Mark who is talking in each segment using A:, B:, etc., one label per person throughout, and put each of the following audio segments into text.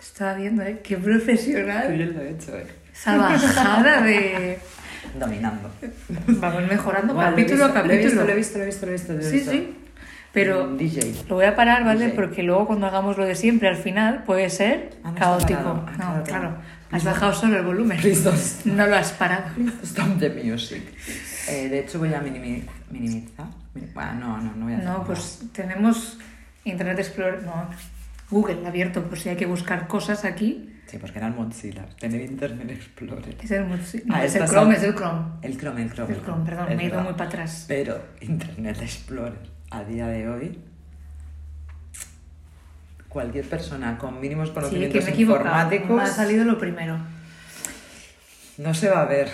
A: estaba viendo, ¿eh? Qué profesional.
B: Qué bien lo he hecho, eh.
A: Esa bajada de...
B: Dominando.
A: Vamos mejorando
B: Guau, lo he
A: capítulo a
B: visto, Lo he visto,
A: capítulo.
B: lo he visto, lo he visto, lo he visto, lo he
A: Sí,
B: visto. Mm,
A: sí. Pero
B: DJ.
A: lo voy a parar, ¿vale?
B: Sí.
A: Porque luego cuando hagamos lo de siempre, al final puede ser
B: Ah, no está
A: caótico.
B: parado. Ah,
A: No,
B: claro.
A: claro. Has bajado solo el volumen.
B: Listos.
A: No lo has parado.
B: Stop the music. Eh, de hecho, voy a minimi- minimizar. Mi- Bueno, no, no, no voy a hacer
A: No,
B: nada.
A: pues tenemos Internet Explorer, no, Google abierto por si hay que buscar cosas aquí.
B: Sí, porque era el Mozilla. Tener Internet Explorer.
A: Es el, Mozilla-
B: Ah,
A: es el
B: estás
A: Chrome,
B: a-
A: es el Chrome.
B: El Chrome, el Chrome.
A: El Chrome, perdón,
B: es
A: me he ido
B: verdad.
A: muy para atrás.
B: Pero Internet Explorer, a día de hoy, cualquier persona con mínimos
A: Sí, que
B: conocimientos
A: me he equivocado.
B: informáticos
A: Me ha salido lo primero.
B: no se va a ver.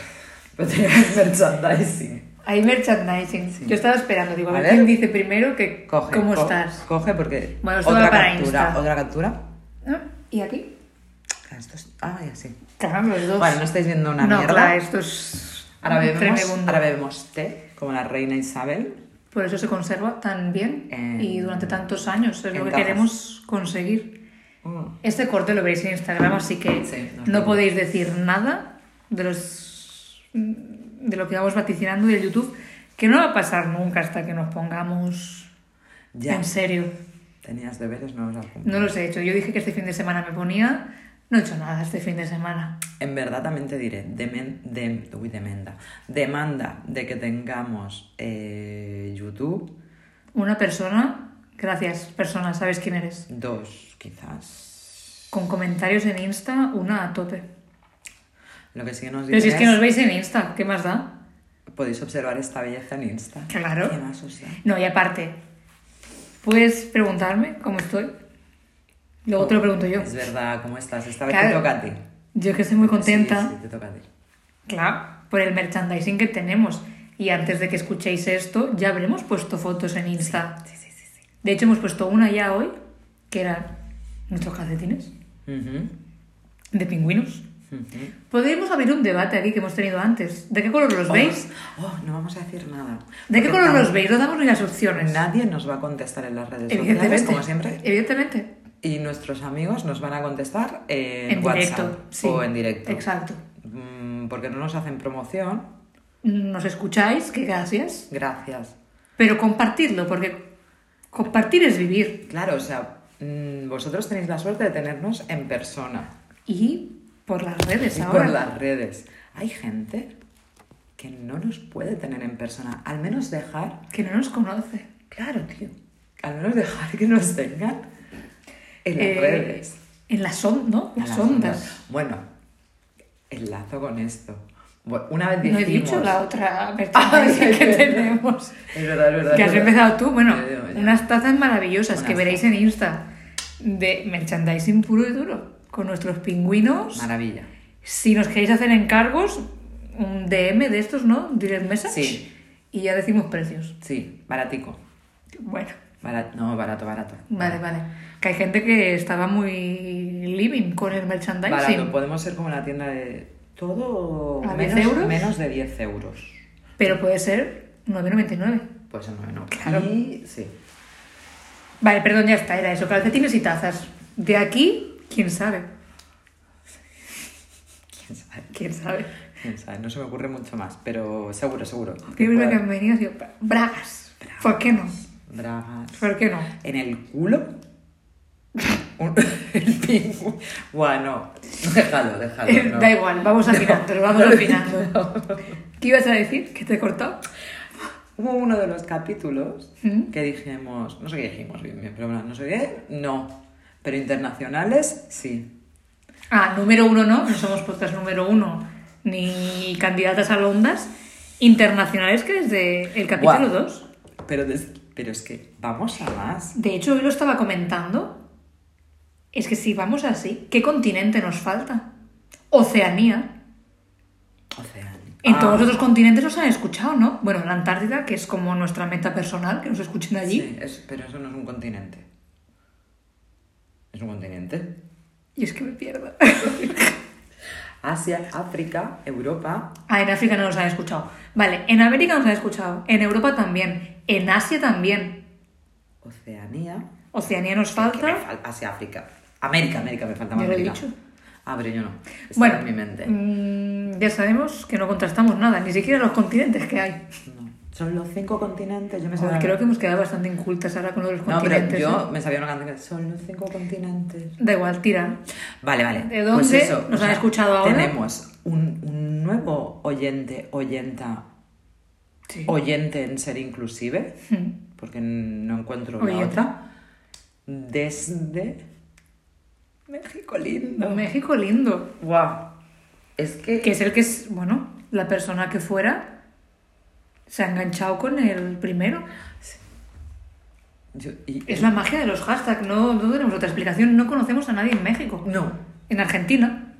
B: Pero tenemos merchandising.
A: Hay merchandising.
B: Sí.
A: Yo estaba esperando, digo, a
B: A
A: ver
B: ver.
A: quién dice primero que
B: Coge.
A: cómo
B: co-
A: estás.
B: Coge porque.
A: Bueno, esto va
B: otra
A: para
B: captura.
A: Insta.
B: Otra captura.
A: ¿No? ¿Y aquí?
B: Ah, esto es- Ah, ya sí.
A: Claro, los dos.
B: Bueno, no estáis viendo una
A: no,
B: mierda.
A: claro, esto es
B: Ahora bebemos,
A: tremebundo.
B: ahora bebemos té, como la reina Isabel.
A: Por eso se conserva tan bien
B: En-
A: y durante tantos años. Es
B: en
A: lo que
B: tazas.
A: queremos conseguir.
B: Mm,
A: Este corte lo veréis en Instagram, así que
B: Sí, no os
A: no
B: preocupéis.
A: podéis decir nada de los de lo que vamos vaticinando de YouTube, que no va a pasar nunca hasta que nos pongamos
B: Ya.
A: en serio.
B: Tenías deberes, no los has cumplido.
A: Em, No los he hecho. Yo dije que este fin de semana me ponía, no he hecho nada este fin de semana.
B: En verdad también te diré, demen- dem- uy, demanda, demanda de que tengamos eh, YouTube,
A: Una persona, gracias persona, sabes quién eres.
B: dos quizás.
A: Con comentarios en Insta, una a tope.
B: Lo que sí que nos
A: Pero si
B: dicen
A: es que nos veis en Insta, ¿qué más da?
B: podéis observar esta belleza en Insta.
A: Claro.
B: ¿Qué más os da?
A: No, y aparte, puedes preguntarme cómo estoy. Luego te lo pregunto yo.
B: Es verdad, ¿cómo estás? Esta vez
A: Claro.
B: te toca a ti.
A: Yo que estoy muy contenta,
B: Sí, sí, te toca a ti.
A: claro, por el merchandising que tenemos. Y antes de que escuchéis esto, ya habremos puesto fotos en Insta. De hecho, hemos puesto una ya hoy, que eran nuestros calcetines
B: Ujú,
A: de pingüinos.
B: ujú.
A: Podríamos abrir un debate aquí que hemos tenido antes. ¿De qué color los veis?
B: Oh, oh, no vamos a decir nada.
A: ¿De qué
B: Porque
A: color
B: tam-
A: los veis? No damos ni las opciones.
B: Nadie nos va a contestar en las redes sociales,
A: Evidentemente.
B: como siempre.
A: Evidentemente.
B: Y nuestros amigos nos van a contestar en,
A: En,
B: WhatsApp
A: directo. sí.
B: o en directo.
A: Exacto.
B: Mm, Porque no nos hacen promoción.
A: nos escucháis, que gracias,
B: Gracias.
A: pero compartidlo, porque compartir es vivir.
B: Claro, o sea, mm, vosotros tenéis la suerte de tenernos en persona
A: Y por las redes
B: y
A: ahora.
B: por las redes. Hay gente que no nos puede tener en persona. Al menos dejar.
A: Que no nos conoce.
B: Claro, tío. Al menos dejar que nos tengan en las
A: Eh,
B: redes.
A: En las ondas, ¿no?
B: A
A: Las, ondas.
B: Bueno, enlazo con esto. Bueno, una vez
A: No
B: dijimos...
A: he dicho la otra
B: Ah,
A: merchandising
B: es
A: que
B: verdad.
A: tenemos.
B: Es verdad, es verdad.
A: Que
B: es
A: has
B: verdad.
A: empezado tú, bueno,
B: Ya, ya, ya.
A: unas tazas maravillosas
B: Unas
A: que veréis en Insta de merchandising puro y duro, con nuestros pingüinos.
B: Maravilla.
A: Si nos queréis hacer encargos, un DM de estos, ¿no? Direct message.
B: Sí.
A: Y ya decimos precios.
B: Sí, baratico.
A: Bueno.
B: Barat- no, barato, barato.
A: Vale, vale. Que hay gente que estaba muy living con el merchandising.
B: Barato, podemos ser como la tienda de... Todo
A: ¿A 10
B: menos,
A: euros?
B: menos de 10 euros.
A: Pero puede ser 9,99.
B: Pues en 9 no.
A: Claro.
B: Y sí.
A: Vale, perdón, ya está. Era eso. Calcetines y tazas. De aquí, quién sabe.
B: Quién sabe.
A: Quién sabe.
B: Quién sabe. No se me ocurre mucho más, pero seguro, seguro.
A: Yo creo que
B: Pueda-
A: han venido así, bragas. ¿Por qué no?
B: Bragas.
A: ¿Por qué no?
B: en el culo. Un- el pingüino. Bueno, déjalo, déjalo. Ah, no.
A: Eh, Da igual, vamos afinando, lo vamos afinando. ¿Qué ibas a decir? ¿Que te he cortado?
B: Hubo uno de los capítulos
A: ¿Mm?
B: que dijimos, no sé qué dijimos bien, bien, pero bueno, no sé qué, no. Pero internacionales, sí.
A: Ah, número uno no, no somos podcast número uno, ni candidatas a ondas internacionales que desde el capítulo
B: Guau.
A: 2.
B: Pero, des- pero es que vamos a más.
A: De hecho, hoy lo estaba comentando. Es que si vamos así, ¿qué continente nos falta? Oceanía.
B: Oceánico.
A: En
B: Ah,
A: todos los otros continentes nos han escuchado, ¿no? Bueno, la Antártida, que es como nuestra meta personal, que nos escuchen allí.
B: sí, es- pero eso no es un continente. ¿Es un continente?
A: Y es que me pierdo.
B: Asia, África, Europa.
A: ah, en África no nos han escuchado. Vale, en América nos han escuchado. En Europa también. En Asia también.
B: Oceanía.
A: Oceanía nos
B: ¿Qué me
A: falta.
B: fal- Asia, África. América, América, me faltaba
A: Ya lo he
B: América.
A: dicho.
B: Ah, pero yo no. Está
A: Bueno.
B: en mi mente.
A: Mm, ya sabemos que no contrastamos nada, ni siquiera los continentes que hay.
B: No. Son los cinco continentes, yo me
A: Joder,
B: sabía.
A: Oh, creo que hemos quedado bastante incultas ahora con lo de los
B: No, pero
A: continentes.
B: yo
A: ¿eh?
B: me sabía una canción que son los cinco continentes.
A: Da igual, tira.
B: Vale, vale. Pues
A: ¿De dónde nos
B: o
A: han escuchado ahora?
B: Tenemos un, un nuevo oyente, oyenta,
A: Sí.
B: oyente en ser inclusive,
A: Mm.
B: porque no encuentro la
A: Oyenta.
B: otra, desde México lindo.
A: México lindo.
B: Wow. Es que,
A: Que es el que es, bueno, la persona que fuera se ha enganchado con el primero.
B: yo- y-
A: Es la magia de los hashtags, no, no tenemos otra explicación. No conocemos a nadie en México.
B: No,
A: En Argentina,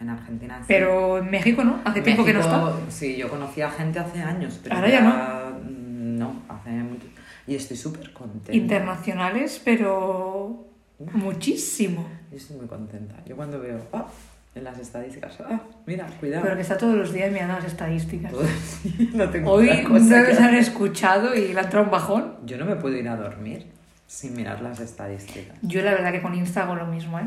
B: en Argentina. sí.
A: pero en México no. Hace tiempo que no está.
B: México, Sí, yo conocí a gente hace años, pero
A: Ahora ya
B: mm, no. hace mucho. Y estoy súper contenta.
A: Internacionales, pero muchísimo.
B: Yo estoy muy contenta. Yo cuando veo, ah, en las estadísticas, ah, mira, cuidado.
A: Pero que está todos los días mirando las estadísticas.
B: Todo- no tengo
A: Hoy
B: otra cosa que
A: debes
B: hacer.
A: haber escuchado y le ha entrado un bajón.
B: Yo no me puedo ir a dormir sin mirar las estadísticas.
A: Yo la verdad que con Insta hago lo mismo, ¿eh?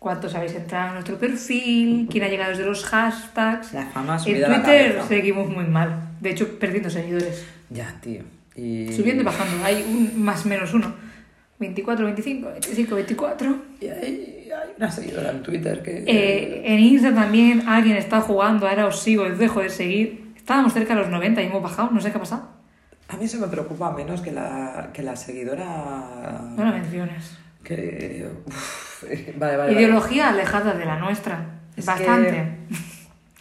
A: Cuántos habéis entrado en nuestro perfil, quién ha llegado desde los hashtags.
B: La fama ha
A: en
B: subido a la
A: Twitter
B: cabeza.
A: seguimos muy mal. De hecho, perdiendo seguidores.
B: Ya, tío. Y...
A: Subiendo y bajando. Hay un más menos uno. 24, 25, 25, 24.
B: Y hay, hay una seguidora en Twitter que...
A: Eh, en Insta también alguien está jugando, ahora os sigo, os dejo de seguir. Estábamos cerca de los 90 y hemos bajado, no sé qué ha pasado.
B: A mí se me preocupa menos que la, que la seguidora...
A: No la menciones.
B: Que... uf, Ah. vale, vale. vale.
A: Ideología alejada de la nuestra.
B: Es
A: Bastante.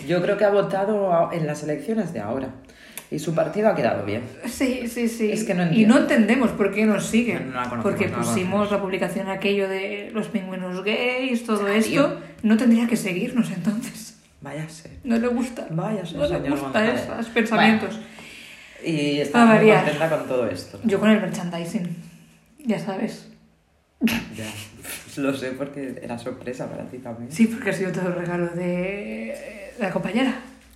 B: Yo creo que ha votado a- en las elecciones de ahora. Y su partido ha quedado bien.
A: Sí, sí, sí.
B: Es que no
A: y
B: entiendo.
A: no entendemos por qué nos siguen.
B: No la conocemos,
A: Porque
B: no la
A: pusimos
B: conocemos.
A: la publicación aquello de los pingüinos gays, todo esto.
B: tío.
A: No tendría que seguirnos entonces.
B: Váyase.
A: No le gusta.
B: Vaya,
A: no le
B: señor
A: gusta
B: González.
A: esos pensamientos.
B: Y
A: A
B: está muy
A: variar.
B: contenta con todo esto.
A: Yo con el merchandising. Ya sabes.
B: Ya, lo sé porque era sorpresa para ti también.
A: Sí, porque ha sido todo el regalo de la compañera.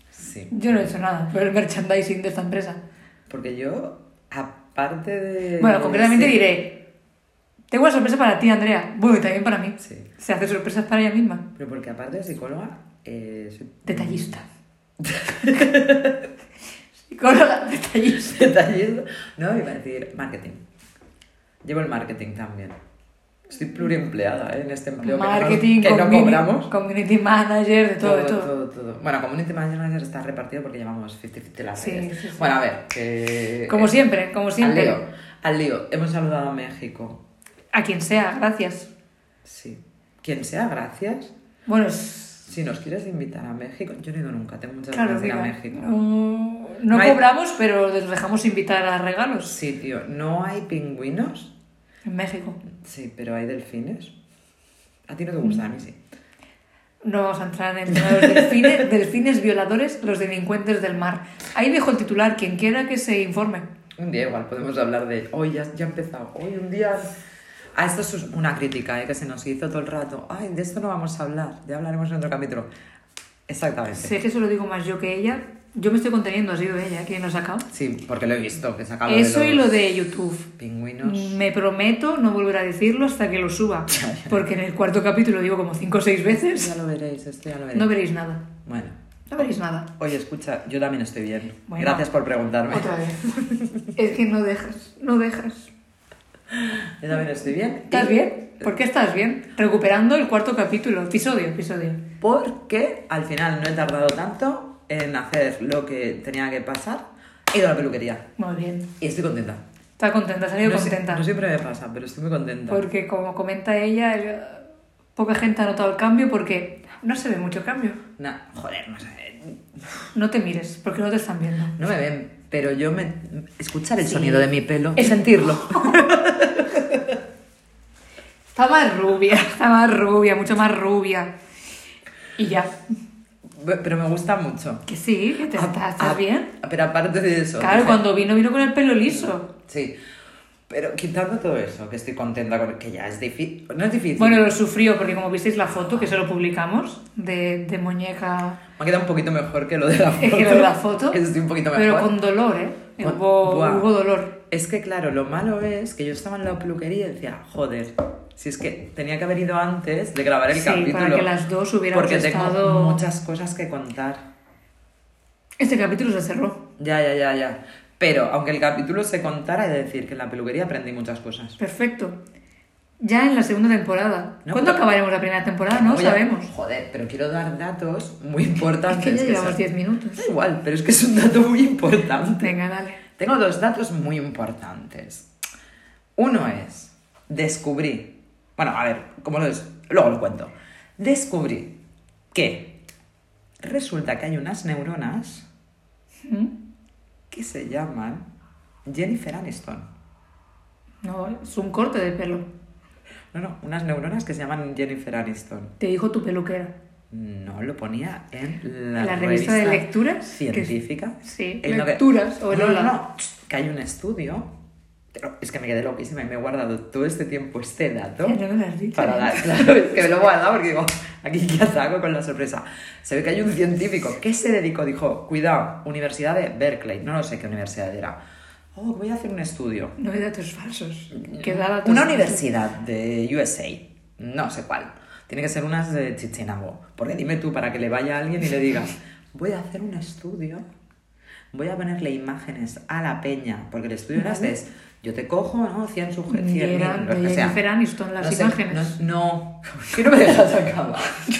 B: Sí.
A: Yo no he hecho nada por el merchandising de esta empresa.
B: Porque yo, aparte de...
A: Bueno, concretamente
B: Eh, sí.
A: diré, tengo una sorpresa para ti, Andrea. Bueno, y también para mí.
B: Sí.
A: Se hace sorpresas para ella misma.
B: Pero porque aparte de psicóloga, eh, soy
A: Detallista. Psicóloga, detallista.
B: detallista. No, iba a decir marketing. Llevo el marketing también. Estoy pluriempleada ¿eh? en este empleo que no-
A: Marketing,
B: que no,
A: communi-
B: cobramos.
A: community manager, de todo, de todo.
B: todo, todo. Bueno, community manager está repartido porque llevamos 50-50 las
A: Sí,
B: redes.
A: sí, sí.
B: Bueno, a ver. que-
A: Como siempre, como
B: Eh, Al
A: siempre.
B: lío, al lío. Hemos saludado a México.
A: A quien sea, gracias.
B: Sí. Quien sea, gracias.
A: Bueno, es-
B: Si nos quieres invitar a México, yo no he ido nunca, tengo muchas
A: claro,
B: ganas de ir a
A: mira,
B: México.
A: no, no
B: No hay-
A: cobramos, pero les dejamos invitar a regalos
B: Sí, tío, no hay pingüinos,
A: en México.
B: sí, pero hay delfines. A ti no te gusta, a mí sí.
A: No vamos a entrar en el tema de los delfines, delfines violadores, los delincuentes del mar. Ahí dejo el titular, quien quiera que se informe.
B: Un día igual podemos hablar de, hoy ya, ya ha empezado, hoy un día... A esto es una crítica ¿eh? que se nos hizo todo el rato. Ay, de esto no vamos a hablar, ya hablaremos en otro capítulo. Exactamente.
A: Sé que se lo digo más yo que ella. Yo me estoy conteniendo, ha sido ella quien lo ha sacado.
B: Sí, porque Ah, lo he visto, que sacaba
A: Eso
B: de
A: y
B: los
A: lo de YouTube.
B: pingüinos.
A: Me prometo no volver a decirlo hasta que lo suba. Porque en el cuarto capítulo digo como cinco o seis veces.
B: Ya lo veréis, esto ya lo veréis.
A: No veréis nada.
B: Bueno.
A: No veréis nada.
B: Oye, escucha, yo también estoy bien.
A: Bueno.
B: Gracias por preguntarme.
A: Otra vez. Es que no dejas, no dejas.
B: Yo también estoy bien.
A: ¿Estás
B: Y-
A: bien? ¿Por qué estás bien? Recuperando el cuarto capítulo, episodio, episodio.
B: Porque al final no he tardado tanto en hacer lo que tenía que pasar. He ido a la peluquería.
A: Muy bien.
B: Y estoy contenta.
A: Está contenta, ha salido
B: no, sé-
A: contenta.
B: no siempre me pasa, pero estoy muy contenta.
A: Porque como comenta ella, eh, poca gente ha notado el cambio porque no se ve mucho cambio.
B: Na- joder, no sé.
A: No te mires, porque no te están viendo.
B: No me ven, pero yo me. Escuchar el
A: Sí.
B: sonido de mi pelo.
A: Es-
B: sentirlo.
A: Está más rubia, está más rubia, mucho más rubia. Y ya,
B: pero me gusta mucho.
A: que sí, que te está-
B: A-
A: estás
B: a-
A: bien.
B: Pero aparte de eso.
A: Ah, Claro,
B: dije-
A: cuando vino, vino con el pelo liso.
B: Sí. Pero quitando todo eso, que estoy contenta con. Que ya es difícil. No es difícil.
A: Bueno, lo sufrió, porque como visteis la foto, que se lo publicamos, de, de muñeca...
B: Me ha quedado un poquito mejor que lo de la foto.
A: Es que lo de la foto,
B: Estoy un poquito mejor.
A: pero con dolor, ¿eh?
B: Con-
A: Hubo,
B: Buah.
A: hubo dolor.
B: Es que claro, lo malo es que yo estaba en la peluquería y decía, joder, Si es que tenía que haber ido antes de grabar el
A: Sí, para
B: capítulo.
A: que las dos hubiéramos
B: Porque
A: estado-
B: tengo muchas cosas que contar.
A: Este capítulo se cerró.
B: Ya, ya, ya, ya. Pero aunque el capítulo se contara, he de decir que en la peluquería aprendí muchas cosas.
A: Perfecto. Ya en la segunda temporada.
B: No,
A: ¿Cuándo
B: pero-
A: acabaremos la primera temporada? Ah, No lo
B: Voy a-
A: sabemos.
B: Joder, pero quiero dar datos muy
A: Es
B: importantes.
A: que ya
B: que
A: llevamos
B: son-
A: 10 minutos.
B: Da igual, pero es que es un dato muy importante.
A: Venga, dale.
B: Tengo dos datos muy importantes. Uno es, descubrí, bueno, a ver, ¿cómo lo es? Luego lo cuento. Descubrí que resulta que hay unas neuronas
A: ¿Mm?
B: que se llaman Jennifer Aniston.
A: No, es un corte de pelo.
B: No, no, unas neuronas que se llaman Jennifer Aniston.
A: Te dijo tu peluquera.
B: No, lo ponía en la,
A: La, revista, de lecturas. que es-
B: científica.
A: Sí,
B: En lo que-
A: lecturas o el
B: no, no,
A: hola.
B: no, que hay un estudio. pero Es que me quedé loquísima y me he guardado todo este tiempo este dato.
A: Ya no me lo has dicho.
B: Para dar, claro, es que me lo voy a dar porque digo, aquí qué saco con la sorpresa. Se ve que hay un científico que se dedicó, dijo, cuidado, Universidad de Berkeley, no lo sé qué universidad era. Oh, voy a hacer un estudio.
A: No hay datos falsos. Que da datos
B: Mm, Una
A: falsos.
B: universidad de USA, no sé cuál. Tiene que ser unas de Chichinabo. Porque dime tú, para que le vaya a alguien y le diga, voy a hacer un estudio, voy a ponerle imágenes a la peña, porque el estudio era este, es, yo te cojo, ¿no? 100 sujetos,
A: Y
B: 100
A: eran de Jennifer Aniston las
B: no sé,
A: imágenes.
B: No, no, que no me dejas acabar.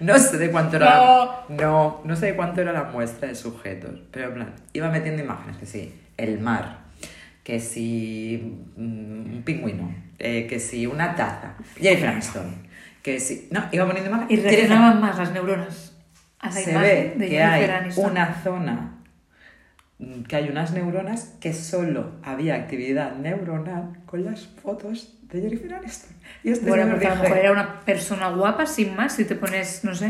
B: No sé de cuánto era. la- no, no sé de cuánto era la muestra de sujetos. Pero en plan, iba metiendo imágenes, que sí, el mar, que si mm, un pingüino, eh, que si una taza, Jennifer Aniston, que si... No, iba poniendo imágenes.
A: Y
B: Jennifer-
A: reaccionaban más las neuronas a la
B: se
A: imagen
B: ve
A: de
B: que
A: Jennifer
B: hay
A: Aniston.
B: una zona mm, que hay unas neuronas que solo había actividad neuronal con las fotos de Jennifer Aniston. Y este
A: Bueno,
B: señor
A: porque a lo
B: dice,
A: mejor era una persona guapa, sin más, si te pones, no sé.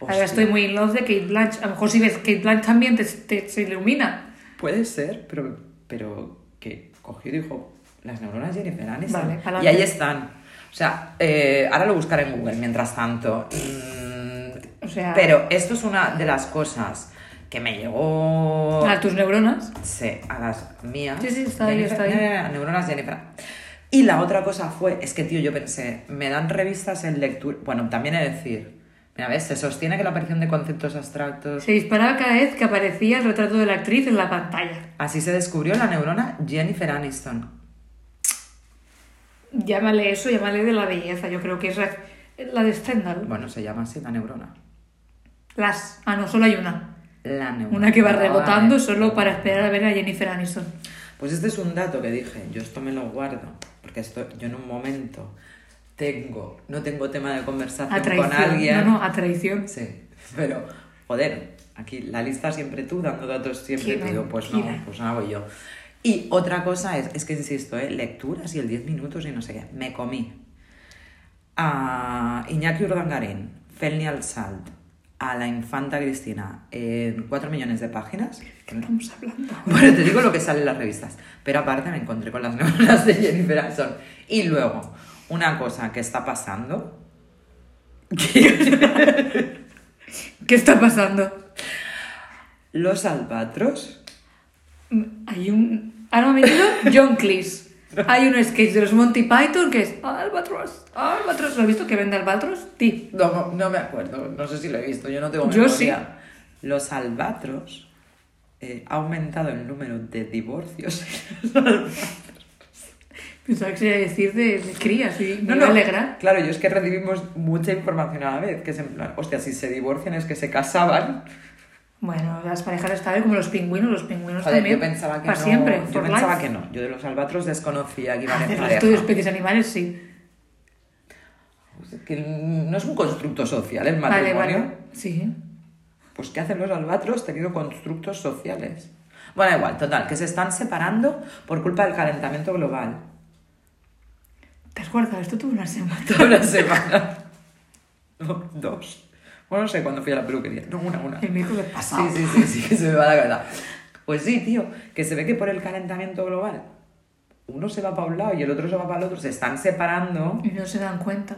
A: Ahora
B: Hostia.
A: estoy muy in love de Kate Blanchett. A lo mejor si ves Kate Blanchett también te, te- se ilumina.
B: puede ser, pero, pero que cogió y dijo, las neuronas Jennifer Aniston.
A: Vale, pa'lante.
B: y ahí están. O sea, eh, ahora lo buscaré en Google mientras tanto. Mm,
A: O sea,
B: pero esto es una de las cosas que me llegó...
A: a tus neuronas.
B: Sí, a las mías.
A: Sí, sí, está ahí,
B: Jennifer-
A: está ahí.
B: eh, a neuronas Jennifer. Y la otra cosa fue, es que tío, yo pensé, me dan revistas en lectura. Bueno, también he de decir, mira, ves, se sostiene que la aparición de conceptos abstractos.
A: Se disparaba cada vez que aparecía el retrato de la actriz en la pantalla.
B: Así se descubrió la neurona Jennifer Aniston.
A: Llámale eso, llámale de la belleza. Yo creo que es la, la de Stendhal.
B: Bueno, se llama así la neurona.
A: Las. Ah, no, solo hay una.
B: La neurona.
A: Una que va rebotando
B: Ah, Vale.
A: solo para esperar a ver a Jennifer Aniston.
B: Pues este es un dato que dije, yo esto me lo guardo, porque esto yo en un momento tengo, no tengo tema de
A: A
B: conversación
A: traición.
B: con
A: No,
B: alguien.
A: no, a traición.
B: Sí, pero, joder, aquí la lista siempre tú, dando datos siempre
A: Qué
B: tú. Digo, pues no,
A: mentira.
B: pues no hago yo. Y otra cosa es, es que insisto, ¿eh? lecturas y el 10 minutos y no sé qué. Me comí a Iñaki Urdangarín, Felni Alsalt, a la infanta Cristina, en 4 millones de páginas. Que no-
A: Estamos hablando.
B: bueno, te digo lo que sale en las revistas. Pero aparte me encontré con las neuronas de Jennifer Aniston. Y luego, una cosa que está pasando.
A: ¿Qué está pasando?
B: Los albatros
A: Mm, Hay un. Ahora me ha venido John Cleese. Hay un sketch de los Monty Python que es Albatros, Albatros. ¿Lo has visto que vende Albatros? Sí.
B: No, no me acuerdo, no sé si lo he visto, yo no tengo
A: Yo
B: memoria. Los albatros eh, ha aumentado el número de divorcios.
A: Pensaba que se iba a decir de, de crías y me iba
B: No,
A: a
B: no,
A: alegrar.
B: Claro, yo es que recibimos mucha información a la vez, que es en plan, hostia, si se divorcian es que se casaban.
A: Bueno, las parejas estables como los pingüinos, los pingüinos
B: Joder,
A: también.
B: yo pensaba que
A: Para
B: no.
A: siempre,
B: yo
A: for
B: pensaba
A: life.
B: que no. Yo de los albatros desconocía que
A: Ah,
B: iban en
A: de los
B: pareja.
A: estudios especies animales, sí.
B: Que no es un constructo social el
A: Vale,
B: matrimonio.
A: vale. Sí.
B: Pues ¿qué hacen los albatros teniendo constructos sociales? Bueno, da igual, total, que se están separando por culpa del calentamiento global.
A: ¿Te has guardado esto tuvo una semana?
B: Toda la semana. No, dos. Bueno, no sé cuándo fui a la peluquería. No, una, una.
A: El miércoles
B: Ah, Sí,
A: pasado.
B: sí, sí, sí, que se me va la cabeza. Pues sí, tío, que se ve que por el calentamiento global uno se va para un lado y el otro se va para el otro, se están separando.
A: Y no se dan cuenta.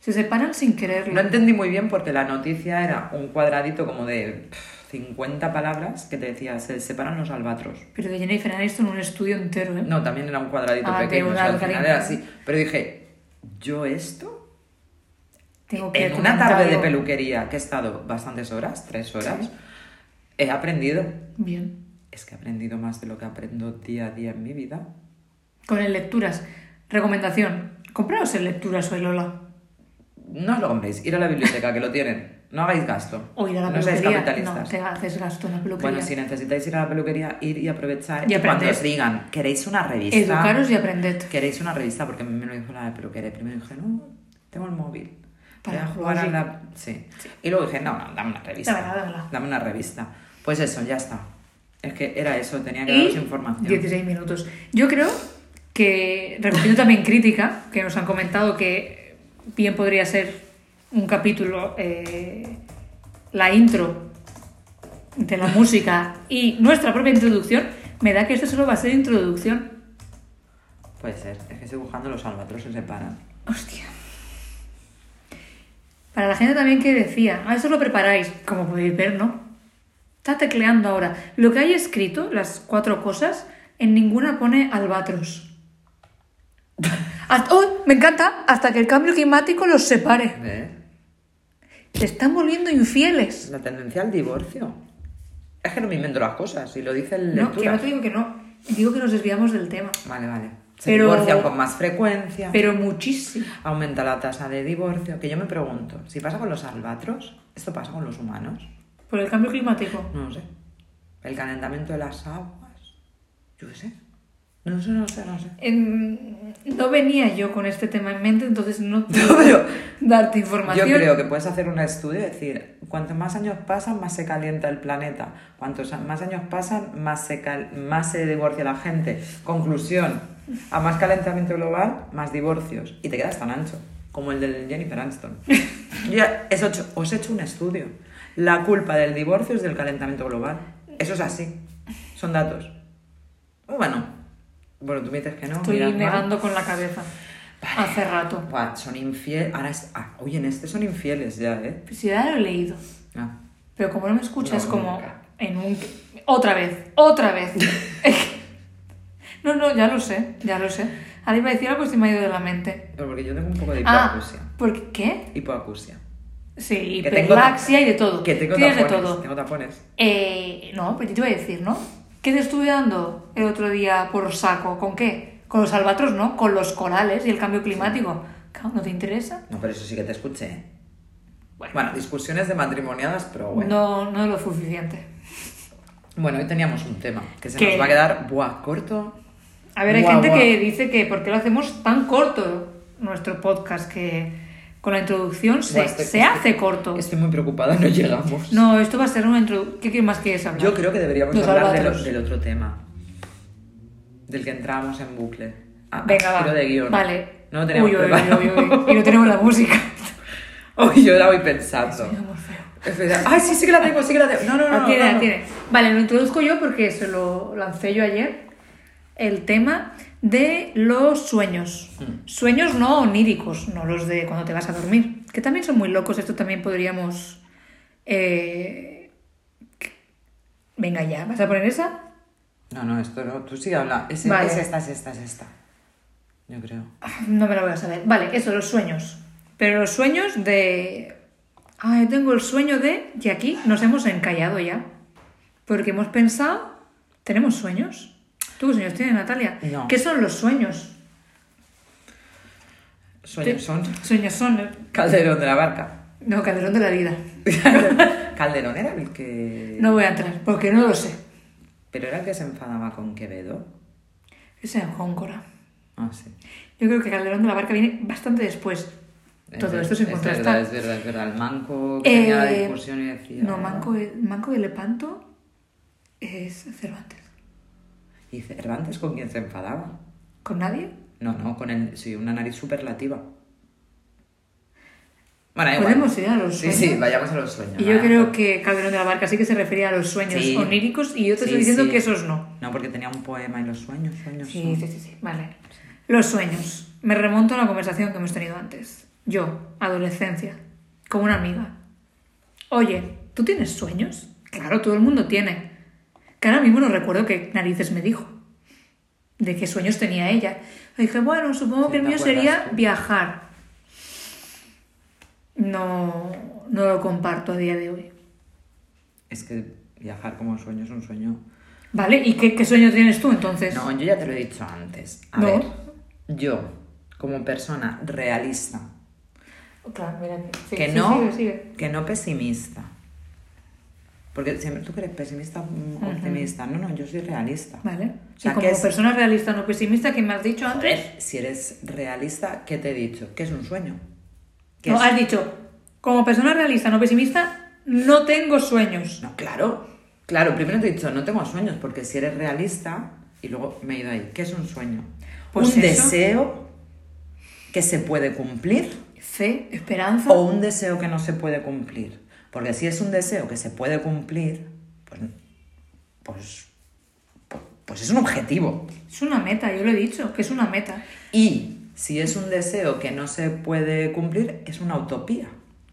A: Se separan sin quererlo.
B: No entendí muy bien porque la noticia era un cuadradito como de pff, 50 palabras que te decía, se separan los albatros.
A: Pero de Jennifer Aniston un estudio entero, ¿eh?
B: No, también era un cuadradito
A: Ah,
B: pequeño,
A: de
B: o
A: un
B: sea, al final
A: algoritmo.
B: era así. Pero dije, yo esto
A: Tengo que
B: en una tarde de
A: documentarlo.
B: peluquería que he estado bastantes horas, tres horas, he aprendido.
A: Bien.
B: Es que he aprendido más de lo que aprendo día a día en mi vida.
A: Con el lecturas. Recomendación. Compraos el lecturas hoy, Lola.
B: No os lo compréis, ir a la biblioteca que lo tienen. No hagáis gasto.
A: O ir a la
B: no seáis
A: peluquería. No,
B: capitalistas.
A: te haces gasto en la peluquería.
B: bueno, si necesitáis ir a la peluquería, ir y aprovechar.
A: Y
B: Y cuando
A: aprender.
B: os digan, queréis una revista.
A: Educaros y aprended.
B: Queréis una revista, porque me lo dijo la peluquería. Primero dije, no, tengo el móvil.
A: Para
B: Voy a jugar a
A: jugar,
B: la. Sí. Y luego dije, no, no, dame una revista.
A: Dámela, dámela.
B: Dame una revista. Pues eso, ya está. Es que era eso, tenía que
A: Y
B: daros información.
A: 16 minutos. Yo creo que, recogiendo también crítica, que nos han comentado que bien podría ser un capítulo, eh, la intro de la música y nuestra propia introducción, me da que esto solo va a ser introducción.
B: Puede ser, es que estoy buscando los albatroces se paran.
A: Hostia. Para la gente también que decía, ah, eso lo preparáis, como podéis ver, ¿no? Está tecleando ahora. Lo que hay escrito, las cuatro cosas, en ninguna pone albatros. Hasta- ¡Oh! Me encanta. Hasta que el cambio climático los separe.
B: ¿Ves?
A: Se están volviendo infieles.
B: La tendencia al divorcio. Es que no me invento las cosas, si lo dice el
A: No, que
B: lectura.
A: no te digo que no. Digo que nos desviamos del tema.
B: Vale, vale. Se
A: Pero-
B: divorcian con más frecuencia,
A: Pero muchísimo.
B: aumenta la tasa de divorcio. Que yo me pregunto, si pasa con los albatros, ¿esto pasa con los humanos?
A: Por el cambio climático.
B: No lo sé. El calentamiento de las aguas. Yo qué sé. No sé, no sé, no sé.
A: En- No venía yo con este tema en mente, entonces no puedo
B: No, pero
A: darte información.
B: Yo creo que puedes hacer un estudio y decir, cuantos más años pasan, más se calienta el planeta. Cuantos a- más años pasan, más se, cal- más se divorcia la gente. Conclusión, a más calentamiento global, más divorcios. Y te quedas tan ancho, como el del Jennifer Aniston. Yo ya os he hecho, os he hecho un estudio. La culpa del divorcio es del calentamiento global. Eso es así. Son datos. Bueno, bueno, tú me dices que no.
A: Estoy
B: miras mal.
A: negando con la cabeza. Hace rato.
B: Buah, son infieles. Ahora es. ah, oye, en este son infieles ya, ¿eh?
A: Pues Si ya lo he leído.
B: Ah.
A: Pero como no me escuchas,
B: No,
A: como
B: nunca.
A: en un... Otra vez, otra vez. no, no, ya lo sé, ya lo sé. Ahora iba a decir algo y se me ha ido de la mente.
B: Pero porque yo tengo un poco de
A: Ah,
B: hipoacusia.
A: ¿por qué?
B: Hipoacusia.
A: Sí,
B: Que tengo
A: hiperlaxia y de todo.
B: Que tengo
A: Tienes de
B: tapones.
A: todo.
B: Tengo tapones.
A: Eh, no, pero yo te iba a decir, ¿no? ¿Qué te estuve dando el otro día por saco? ¿Con qué? Con los albatros, ¿no? Con los corales y el cambio climático. Claro, ¿No te interesa?
B: No, pero eso sí que te escuché. ¿eh?
A: Bueno.
B: Bueno, discusiones de matrimoniadas, pero Ah, bueno.
A: No, no es lo suficiente.
B: Bueno, hoy teníamos un tema que se
A: ¿Qué?
B: nos va a quedar, buah, corto.
A: A ver, hay
B: Guau,
A: gente
B: guau.
A: que dice que por qué lo hacemos tan corto nuestro podcast, que con la introducción se,
B: Buah, estoy-
A: se
B: estoy-
A: hace corto.
B: Estoy muy preocupada, no llegamos.
A: No, esto va a ser una introducción. ¿Qué más quieres hablar?
B: Yo creo que deberíamos
A: Los
B: hablar de lo-
A: albatros.
B: del otro tema. Del que entrábamos en bucle. Ah,
A: Venga, va.
B: giro de guión.
A: Vale.
B: No lo teníamos
A: Uy, uy, uy,
B: preparado.
A: uy, uy. Y no tenemos la música.
B: Hoy yo la voy pensando.
A: Vamos, feo.
B: Es verdad. Ay, sí, sí que la tengo, sí que la tengo. No, no, no.
A: La Ah, tiene,
B: no,
A: la
B: no.
A: tiene. Vale, lo introduzco yo porque se lo lancé yo ayer. El tema de los sueños.
B: Hmm.
A: Sueños no oníricos, no los de cuando te vas a dormir. Que también son muy locos. Esto también podríamos. eh, Venga, ya. ¿Vas a poner esa?
B: No, no, esto no. Tú sigue hablando. Es,
A: Vale.
B: es esta, es esta, es esta. Yo creo.
A: No me la voy a saber. Vale, eso, los sueños. Pero los sueños de. Ah, yo tengo el sueño de. Y aquí nos hemos encallado ya. Porque hemos pensado. ¿Tenemos sueños? ¿Tú qué sueños tienes, Natalia?
B: No.
A: ¿Qué son los sueños?
B: Sueños son.
A: Sueños son.
B: Calderón de la barca.
A: No, calderón de la vida.
B: Calderón era el que.
A: No voy a entrar, porque no lo sé.
B: Pero era el que se enfadaba con Quevedo.
A: Es en Góngora.
B: Ah, sí.
A: Yo creo que Calderón de la Barca viene bastante después.
B: Es
A: Todo
B: ver-
A: esto sin
B: es
A: contrastar.
B: verdad, es verdad, es verdad. El manco que tenía la
A: Eh,
B: discusión y decía.
A: No, Manco, de- Manco de Lepanto es Cervantes.
B: ¿Y Cervantes con quién se enfadaba?
A: ¿Con nadie?
B: No, no, con el. Sí, una nariz superlativa. Bueno, da igual.
A: Podemos ir a los
B: Sí,
A: sueños.
B: sí, vayamos a los sueños. Ah,
A: Y yo
B: va.
A: creo que Calderón de la Barca sí que se refería a los sueños
B: pues. Sí.
A: oníricos y yo te
B: Sí,
A: estoy diciendo
B: sí.
A: que esos no.
B: No, porque tenía un poema y los sueños, sueños.
A: Sí,
B: son-
A: sí, sí, sí, vale. Los sueños. Me remonto a la conversación que hemos tenido antes. Yo, adolescencia, con una amiga. Oye, ¿tú tienes sueños? Claro, todo el mundo tiene. Que ahora mismo no recuerdo qué narices me dijo. de qué sueños tenía ella. Y dije, bueno, supongo
B: Sí,
A: que el
B: te
A: mío sería
B: acuerdas tú.
A: viajar. No, no lo comparto a día de hoy.
B: Es que viajar como sueño es un sueño.
A: ¿Vale? ¿Y qué, qué sueño tienes tú entonces?
B: No, yo ya te lo he dicho antes. A
A: Pues No.
B: ver, yo, como persona realista,
A: Claro, mira, sí,
B: que
A: sí,
B: no,
A: sigue, sigue.
B: que no pesimista. Porque siempre tú que eres pesimista mm,
A: Ujú.
B: optimista. No, no, yo soy realista.
A: Vale.
B: O sea,
A: y como
B: que es-
A: persona realista no pesimista, ¿qué me has dicho antes?
B: Si eres realista, ¿qué te he dicho? Que es un sueño. Que
A: No,
B: es-
A: has dicho, como persona realista no pesimista, no tengo sueños.
B: No, claro. Claro, primero te he dicho, no tengo sueños, porque si eres realista, y luego me he ido ahí, ¿qué es un sueño?
A: Pues
B: un
A: eso.
B: deseo que se puede cumplir
A: Fe, esperanza.
B: o un deseo que no se puede cumplir. Porque si es un deseo que se puede cumplir, pues, pues, pues- pues es un objetivo.
A: Es una meta, yo lo he dicho, que es una meta.
B: Y si es un deseo que no se puede cumplir, es una utopía,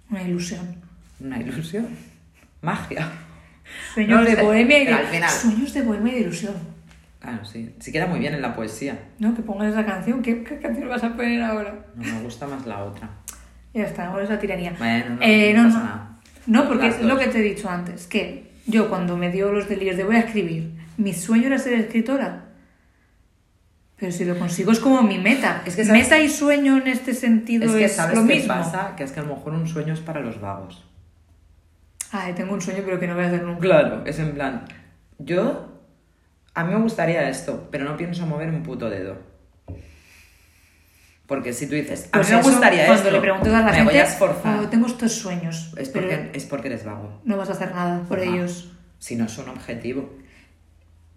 A: Una ilusión.
B: una ilusión, magia.
A: Sueños
B: No
A: de
B: sé,
A: bohemia y de...
B: pero al final-
A: Sueños de bohemia y de ilusión.
B: Claro, sí. Si queda muy bien en la poesía.
A: No, que pongas esa canción. ¿Qué, qué canción vas a poner ahora?
B: No me gusta más la otra.
A: Ya está, ahora es la tiranía.
B: Bueno, no,
A: Eh,
B: no
A: no,
B: pasa
A: no.
B: nada.
A: No, porque
B: Las
A: es lo
B: dos.
A: que te he dicho antes, que yo cuando me dio los delirios de voy a escribir, mi sueño era ser escritora. Pero si lo consigo es como mi meta.
B: Es que sabes-
A: meta y sueño en este sentido
B: Es
A: es,
B: que sabes
A: lo
B: qué
A: mismo.
B: pasa, que es que a lo mejor un sueño es para los vagos.
A: Ay, tengo un sueño pero que no voy a hacer nunca.
B: Claro, es en plan, yo, a mí me gustaría esto, pero no pienso mover un puto dedo. Porque si tú dices, a
A: Pues
B: mí me
A: eso,
B: gustaría
A: cuando
B: esto,
A: le preguntas a la
B: me
A: gente,
B: voy a esforzar.
A: "Oh, tengo estos sueños,
B: es,
A: pero
B: porque, es porque eres vago.
A: no vas a hacer nada por
B: Ah,
A: ellos.
B: Si no es un objetivo.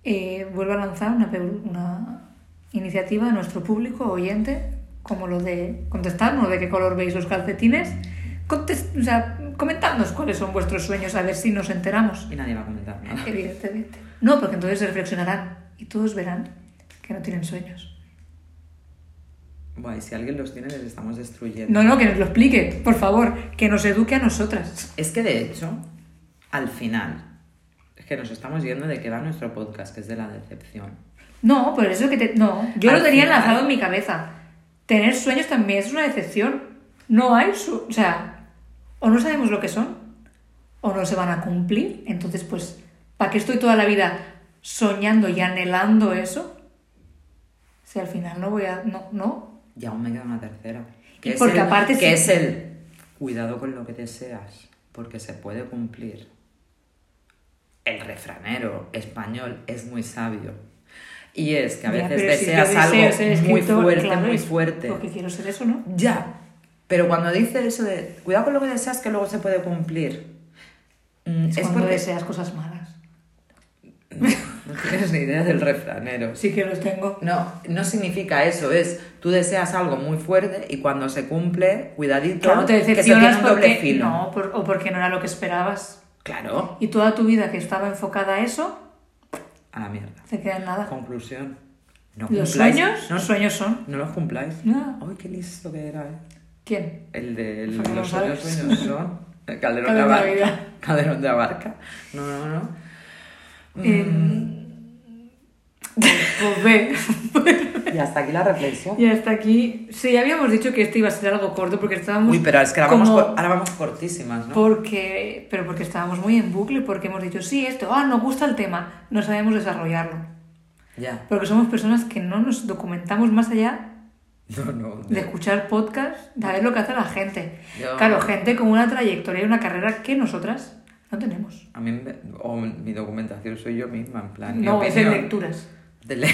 A: Eh, vuelvo a lanzar una, peu- una iniciativa a nuestro público oyente, como lo de contestarnos de qué color veis los calcetines, Contes- o sea, comentadnos cuáles son vuestros sueños, a ver si nos enteramos,
B: Y nadie va a comentar nada.
A: Eh, evidentemente. No, porque entonces reflexionarán y todos verán que no tienen sueños.
B: Guay, si alguien los tiene, les estamos destruyendo.
A: No, no, que nos lo explique, por favor, que nos eduque a nosotras.
B: Es que de hecho, al final, es que nos estamos yendo de que va nuestro podcast, que es de la decepción.
A: No, por eso que te... No, yo
B: Al
A: lo tenía
B: final-
A: enlazado en mi cabeza. Tener sueños también es una decepción. No hay su... O sea, o no sabemos lo que son, o no se van a cumplir. Entonces, pues, ¿para qué estoy toda la vida soñando y anhelando eso? Si al final no voy a... No, no.
B: Y aún me queda una tercera.
A: Y porque
B: el,
A: aparte
B: que
A: sí.
B: es el cuidado con lo que deseas, porque se puede cumplir. El refranero español es muy sabio. Y es que a
A: Ya,
B: veces
A: pero si yo
B: deseas
A: deseo
B: algo
A: ser
B: muy
A: escritor,
B: fuerte,
A: claro,
B: muy
A: es
B: fuerte.
A: Porque quiero ser eso, ¿no?
B: Ya, pero cuando dice eso de cuidado con lo que deseas que luego se puede cumplir, mm,
A: Es,
B: es,
A: cuando
B: porque
A: deseas cosas malas.
B: no tienes ni idea del refranero.
A: Sí que los tengo.
B: No, no significa eso, es tú deseas algo muy fuerte y cuando se cumple, cuidadito,
A: Claro, te
B: que se
A: decepcionas
B: tiene un doble
A: porque...
B: filo.
A: No, por- o porque no era lo que esperabas.
B: Claro,
A: Y toda tu vida que estaba enfocada a eso,
B: a la mierda.
A: te queda en nada.
B: Conclusión. No
A: Los
B: cumpláis-
A: sueños,
B: No,
A: los sueños son.
B: no los cumpláis.
A: No.
B: Ay, qué listo que era, eh.
A: ¿Quién?
B: El de el-
A: Fernando
B: los sueños,
A: González.
B: sueños son. El
A: Calderón
B: Calderón de
A: de
B: Abarca.
A: Navidad.
B: Calderón de Abarca. No, no, no. Mm.
A: Eh, Pues ve.
B: Y hasta aquí la reflexión.
A: y hasta aquí. Sí, ya habíamos dicho que este iba a ser algo corto porque estábamos.
B: Uy, pero es que ahora vamos,
A: como-
B: cor- ahora vamos cortísimas, ¿no?
A: Porque, pero porque estábamos muy en bucle, porque hemos dicho, sí, esto, ah, nos gusta el tema, no sabemos desarrollarlo.
B: Ya.
A: Porque somos personas que no nos documentamos más allá
B: No, no.
A: de escuchar podcasts, de ver lo que hace la gente.
B: Yo-
A: Claro, gente con una trayectoria y una carrera que nosotras no tenemos.
B: A mí, me- o mi documentación soy yo misma, en plan. mi
A: No, es de
B: opinión.
A: lecturas.
B: De le-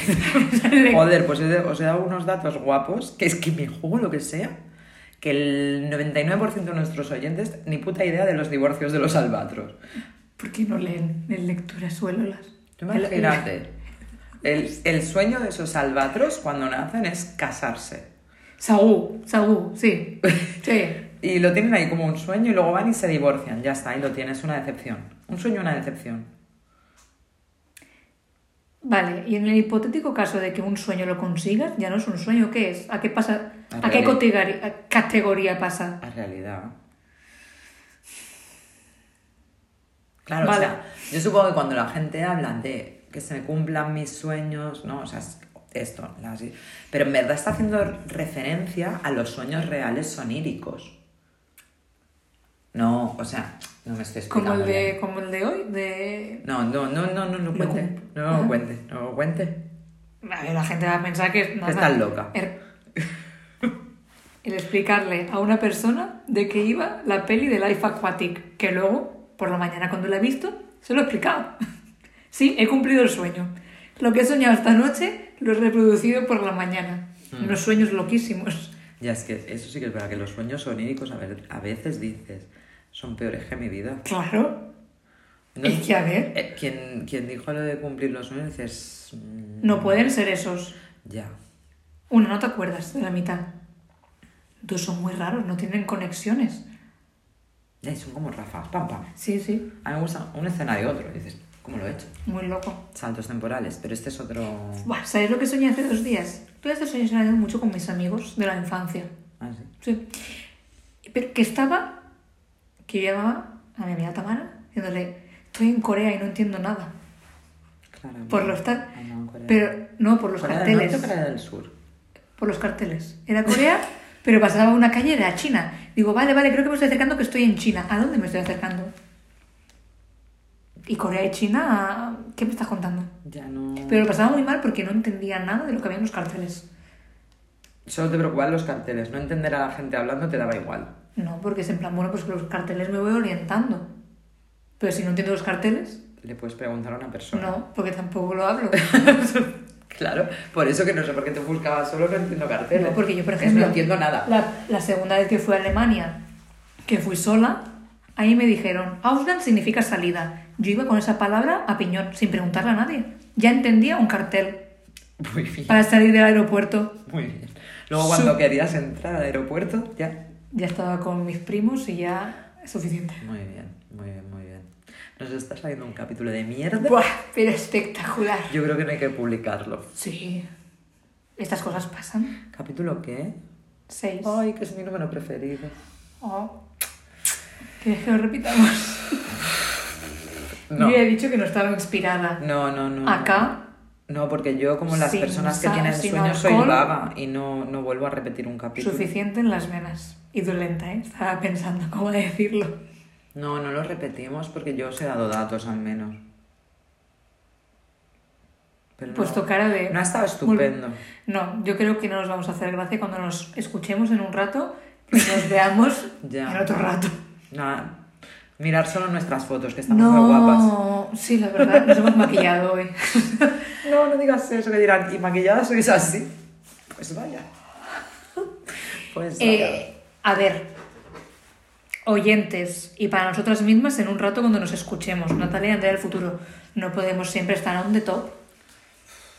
A: le-
B: Joder, pues he de- os he dado unos datos guapos, que es que me juego lo que sea, que el 99% de nuestros oyentes ni puta idea de los divorcios de los albatros.
A: ¿Por qué no leen en lecturas o elolas?
B: Tú imagínate, el, el sueño de esos albatros cuando nacen es casarse.
A: Saúl, Saúl, sí. Sí.
B: Y lo tienen ahí como un sueño y luego van y se divorcian, ya está, y lo tienes, una decepción. Un sueño, una decepción.
A: Vale, y en el hipotético caso de que un sueño lo consigas, ya no es un sueño, ¿qué es? ¿A qué pasa?
B: A
A: ¿A qué
B: realidad.
A: categori- a categoría pasa?
B: La realidad. Claro,
A: Vale.
B: o sea, yo supongo que cuando la gente habla de que se me cumplan mis sueños, ¿no? O sea, es- esto. la- Pero en verdad está haciendo referencia a los sueños reales soníricos. No, o sea, no me estoy explicando.
A: Como el,
B: bien.
A: de, como el de hoy, de...
B: No, no, no, no, no lo cuente.
A: cum-
B: No lo cuente, no lo cuente.
A: A ver, la gente va a pensar que... nada.
B: Estás loca.
A: El, el explicarle a una persona de qué iba la peli de Life Aquatic, que luego, por la mañana cuando la he visto, se lo he explicado. Sí, he cumplido el sueño. Lo que he soñado esta noche lo he reproducido por la mañana.
B: Mm.
A: Unos sueños loquísimos.
B: Ya es que eso sí que es verdad, que los sueños soníricos a, ver- a veces dices, son peores que mi vida.
A: Claro.
B: No-
A: Es que, a ver,
B: Eh, quien, quien dijo lo de cumplir los sueños dices. mm,
A: no pueden ser esos.
B: Ya.
A: Uno, no te acuerdas de la mitad. Dos, son muy raros, no tienen conexiones.
B: Ya, y son como ráfagas, pam, pam.
A: Sí, sí,
B: A mí me gusta una escena de otro, dices, ¿cómo lo he hecho?
A: muy loco.
B: Saltos temporales, pero este es otro.
A: Buah, ¿sabes lo que soñé hace dos días? Yo estos sueños se han ido mucho con mis amigos de la infancia.
B: Ah, sí.
A: Sí. Pero que estaba, que yo llamaba a mi amiga Tamara, diciéndole, estoy en Corea y no entiendo nada.
B: Claro.
A: Por los tar-
B: Ah, no, Corea-
A: Pero, no, por los
B: Corea del
A: carteles.
B: Norte o Corea del Sur.
A: Por los carteles. Era Corea, pero pasaba una calle, era China. Digo, vale, vale, creo que me estoy acercando, que estoy en China. ¿A dónde me estoy acercando? Y Corea y China, ¿qué me estás contando?
B: Ya no.
A: Pero lo pasaba muy mal porque no entendía nada de lo que había en los carteles.
B: Solo te preocupan los carteles, no entender a la gente hablando te daba igual.
A: No, porque es en plan, bueno, pues con los carteles me voy orientando. Pero si no entiendo los carteles,
B: Le puedes preguntar a una persona.
A: no, porque tampoco lo hablo.
B: Claro, por eso que no sé por qué te buscabas solo, no entiendo carteles.
A: No, porque yo, por
B: Es,
A: ejemplo,
B: No entiendo nada.
A: La, la segunda vez que fui a Alemania, que fui sola, ahí me dijeron, Ausland significa salida. Yo iba con esa palabra a piñón, sin preguntarle a nadie. Ya entendía un cartel
B: Muy bien,
A: para salir del aeropuerto.
B: muy bien. Luego cuando querías entrar al aeropuerto, ya
A: Ya estaba con mis primos y ya es suficiente.
B: Muy bien, muy bien, muy bien. Nos está saliendo un capítulo de mierda.
A: Buah, pero espectacular.
B: Yo creo que no hay que publicarlo.
A: Sí. Estas cosas pasan.
B: ¿Capítulo qué?
A: Seis.
B: Ay, que es mi número preferido.
A: Oh. ¿Quieres que lo repitamos?
B: No.
A: Yo ya he dicho que no estaba inspirada.
B: No, no, no. no.
A: Acá.
B: No, porque yo como las
A: Sin
B: personas que
A: sal,
B: tienen
A: sin
B: sueños soy
A: alcohol.
B: vaga y no, no vuelvo a repetir un capítulo.
A: Suficiente en las venas. Y dolenta, ¿eh? Estaba pensando cómo decirlo.
B: No, no lo repetimos porque yo os he dado datos al menos. Pero
A: Pues
B: no,
A: tocara de...
B: no ha estado estupendo.
A: No, yo creo que no nos vamos a hacer gracia cuando nos escuchemos en un rato y nos veamos
B: Ya.
A: en otro rato.
B: Nada. Mirar solo nuestras fotos, que estamos muy guapas.
A: No, sí, la verdad, nos hemos maquillado hoy.
B: No, no digas eso, que dirán, ¿y maquillada sois así? Pues vaya. Pues vaya.
A: Eh, a ver, oyentes, y para nosotras mismas en un rato cuando nos escuchemos, Natalia y Andrea del futuro, no podemos siempre estar on the top.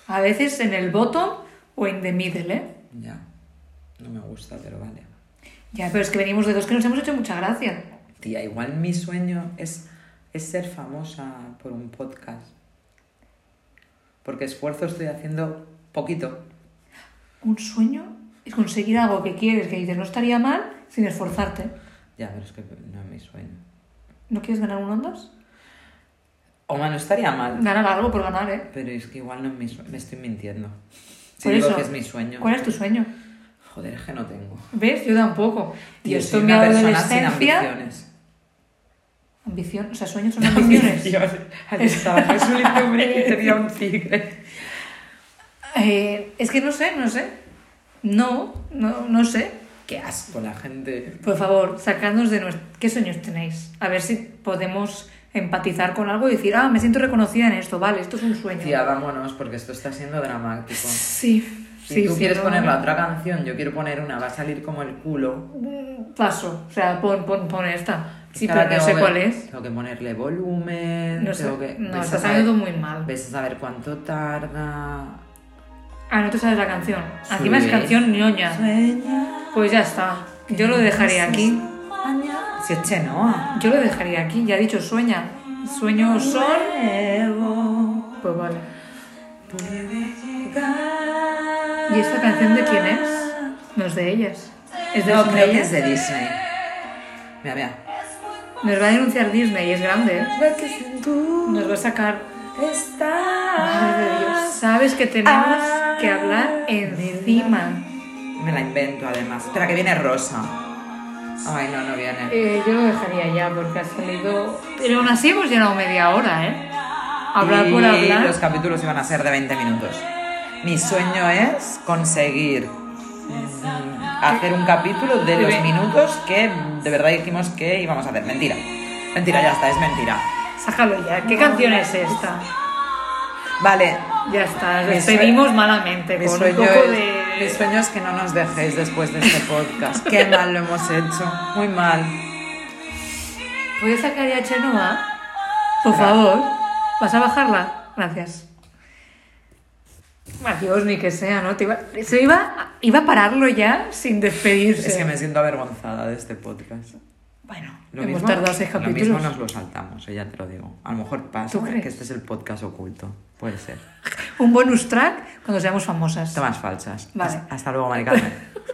A: A veces en el bottom o en the middle, ¿eh?
B: Ya. No me gusta, pero vale.
A: Ya, pero es que venimos de dos que nos hemos hecho mucha gracia.
B: Tía, igual mi sueño es, es ser famosa por un podcast. Porque esfuerzo estoy haciendo poquito.
A: Un sueño es conseguir algo que quieres, que dices no estaría mal, sin esforzarte.
B: Ya, pero es que no es mi sueño.
A: ¿No quieres ganar un Ondas?
B: Oma, no estaría mal.
A: Ganar algo por ganar, ¿eh?
B: Pero es que igual no es mi sueño. Me estoy mintiendo. Si
A: Por
B: digo
A: eso,
B: que es mi sueño.
A: ¿Cuál es tu sueño?
B: Joder, es que no tengo.
A: ¿Ves? Yo tampoco.
B: Tío,
A: Yo estoy
B: soy
A: en mi
B: una persona sin
A: adolescencia.
B: ambiciones.
A: Ambición, o sea, sueños son ambiciones.
B: Ahí estaba Jesús y hombre que tenía un tigre.
A: Eh, es que no sé, no sé. No, no, no sé.
B: Qué asco la gente.
A: Por favor, sacadnos de nuestro... ¿Qué sueños tenéis? A ver si podemos empatizar con algo y decir, ah, me siento reconocida en esto, vale, esto es un sueño.
B: Tía, vámonos, porque esto está siendo dramático.
A: Sí,
B: Si
A: sí,
B: tú
A: sí,
B: quieres
A: no,
B: poner la otra canción, yo quiero poner una, va a salir como el culo.
A: mm, Paso, o sea, pon, pon, pon esta. Sí,
B: Ahora
A: pero no
B: tengo
A: sé
B: que-
A: cuál es.
B: Tengo que ponerle volumen.
A: No sé,
B: tengo que-
A: no,
B: ves
A: está
B: a saber-
A: saliendo muy mal.
B: Ves a saber cuánto tarda.
A: Ah, no te sabes la canción.
B: Sí.
A: Encima es canción ñoña.
B: Sueña.
A: Pues ya está. Yo lo dejaría aquí.
B: Si es Chenoa.
A: Yo lo dejaría aquí. Ya he dicho, sueña. Sueños son... Pues vale. ¿Y esta canción de quién es? No es de ellas. ¿Es de
B: No,
A: Disney?
B: creo que es de Disney. Mira, mira.
A: Nos va a denunciar Disney, es grande. ¿eh? Nos va a sacar. Madre de Dios. ¿Sabes que tenemos que hablar encima.
B: Me la invento además. Espera, que viene Rosa. Ay, no, no viene.
A: Eh, yo lo dejaría ya porque ha salido. Pero aún así hemos llenado media hora, ¿eh? Hablar por
B: Y
A: hablar.
B: Los capítulos iban a ser de 20 minutos. Mi sueño es conseguir mm, hacer un capítulo de los
A: Bebé.
B: minutos que de verdad dijimos que íbamos a hacer. Mentira. Mentira, ya está, es mentira.
A: Sácalo ya. ¿Qué canción es esta?
B: Vale.
A: Ya está,
B: Mi
A: despedimos
B: sueño-
A: malamente
B: Mi
A: con un
B: sueño,
A: poco
B: es, mi
A: de.
B: sueño es que no nos dejéis después de este podcast. Qué mal lo hemos hecho. Muy mal.
A: ¿Puedes sacar ya Chenoa? Por favor. ¿Vas a bajarla? Gracias. Adiós, ni que sea, ¿no? Te iba- Se iba, iba a pararlo ya sin despedirse.
B: Es que me siento avergonzada de este podcast.
A: Bueno,
B: Lo
A: hemos
B: mismo-
A: tardado seis
B: Lo mismo
A: capítulos.
B: nos lo saltamos, eh, ya te lo digo. A lo mejor pasa
A: ¿Tú crees?
B: que este es el podcast oculto. Puede ser.
A: Un bonus track cuando seamos famosas.
B: Tomas falsas.
A: Vale.
B: Hasta- Hasta luego, Mari Carmen.